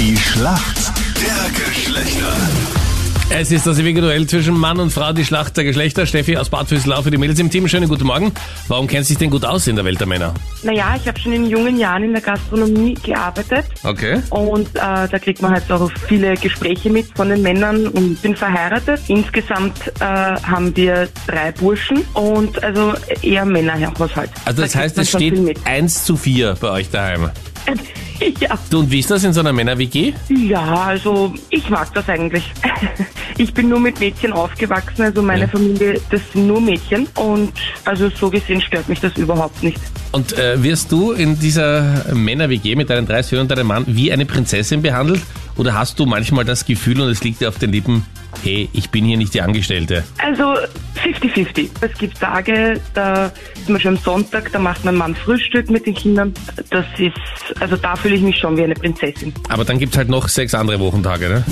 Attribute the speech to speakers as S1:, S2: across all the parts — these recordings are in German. S1: Schlacht der Geschlechter.
S2: Es ist das ewige Duell zwischen Mann und Frau, die Schlacht der Geschlechter. Steffi aus Bad Füsselau für die Mädels im Team. Schönen guten Morgen. Warum kennst du dich denn gut aus in der Welt der Männer?
S3: Naja, ich habe schon in jungen Jahren in der Gastronomie gearbeitet
S2: Okay.
S3: und äh, da kriegt man halt auch viele Gespräche mit von den Männern und bin verheiratet. Insgesamt äh, haben wir drei Burschen und also eher Männerhaushalt.
S2: Also das
S3: halt.
S2: heißt,
S3: Da kriegt man
S2: es
S3: schon
S2: steht
S3: viel mit.
S2: 1 zu 4 bei euch daheim.
S3: ja.
S2: Du, und wie ist das in so einer Männer-WG?
S3: ja, also ich mag das eigentlich. Ich bin nur mit Mädchen aufgewachsen, also meine
S2: Ja.
S3: Familie, das sind nur Mädchen und also so gesehen stört mich das überhaupt nicht.
S2: Und äh, wirst du in dieser Männer-WG mit deinen drei Söhnen und deinem Mann wie eine Prinzessin behandelt? Oder hast du manchmal das Gefühl, und es liegt dir auf den Lippen, hey, ich bin hier nicht die Angestellte?
S3: Also 50-50. Es gibt Tage, da zum Beispiel am Sonntag, da macht mein Mann Frühstück mit den Kindern. Das ist, also da fühle ich mich schon wie eine Prinzessin.
S2: Aber dann gibt's halt noch sechs andere Wochentage, ne?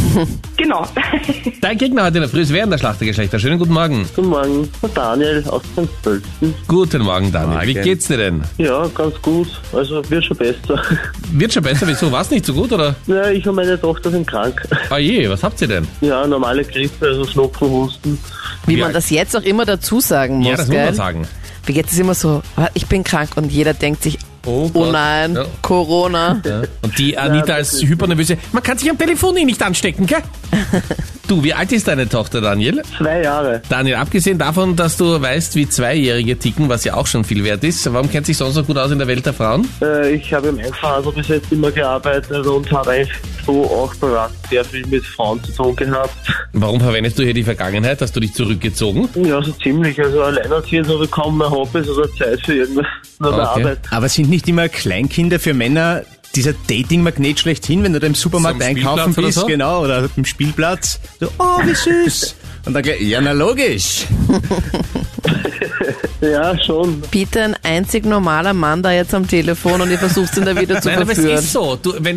S3: Genau.
S2: Dein Gegner heute in der Früh ist während der Schlacht der Geschlechter. Schönen guten Morgen.
S4: Guten Morgen, Daniel aus St. Pölten.
S2: Guten Morgen, Daniel. Wie
S5: Morgen.
S2: geht's dir denn?
S4: Ja, ganz gut. Also wird schon besser.
S2: Wird schon besser, wieso? War's nicht so gut, oder?
S4: Ja, ich und meine Tochter sind krank.
S2: Oh je, was habt ihr denn?
S4: Ja, normale Grippe, also Schnupfen, Husten.
S6: Wie
S2: Ja.
S6: man das jetzt auch immer dazu sagen muss,
S2: ja, das muss
S6: gell?
S2: man sagen.
S6: Wie Jetzt ist immer so, ah, ich bin krank und jeder denkt sich,
S2: Oh,
S6: oh
S2: Gott.
S6: nein,
S2: Ja.
S6: Corona.
S2: Ja. Und die Anita als hypernervöse, man kann sich am Telefon eh nicht anstecken, gell? Du, wie alt ist deine Tochter, Daniel?
S4: Zwei Jahre.
S2: Daniel, abgesehen davon, dass du weißt, wie Zweijährige ticken, was ja auch schon viel wert ist, warum kennt sich sonst so gut aus in der Welt der Frauen?
S4: Äh, ich habe im Einzelhandel bis jetzt immer gearbeitet und habe eigentlich so auch privat sehr viel mit Frauen zu tun gehabt.
S2: Warum verwendest du hier die Vergangenheit? Hast du dich zurückgezogen?
S4: Ja, so ziemlich. Also alleinerziehend habe ich kaum mehr Hobbys oder Zeit für irgendwas. Nur der
S2: Okay.
S4: Arbeit.
S5: Aber sind nicht immer Kleinkinder für Männer dieser Dating-Magnet schlechthin, wenn du da im Supermarkt
S2: So am
S5: einkaufen
S2: Spielplatz oder
S5: bist,
S2: so?
S5: genau, oder im Spielplatz, so, oh, wie süß. Und dann gleich, ja, na logisch.
S4: Ja, schon.
S6: Bitte ein einzig normaler Mann da jetzt am Telefon und ihr versucht ihn da wieder zu
S2: Nein, aber es
S6: verführen.
S2: ist so. Du, wenn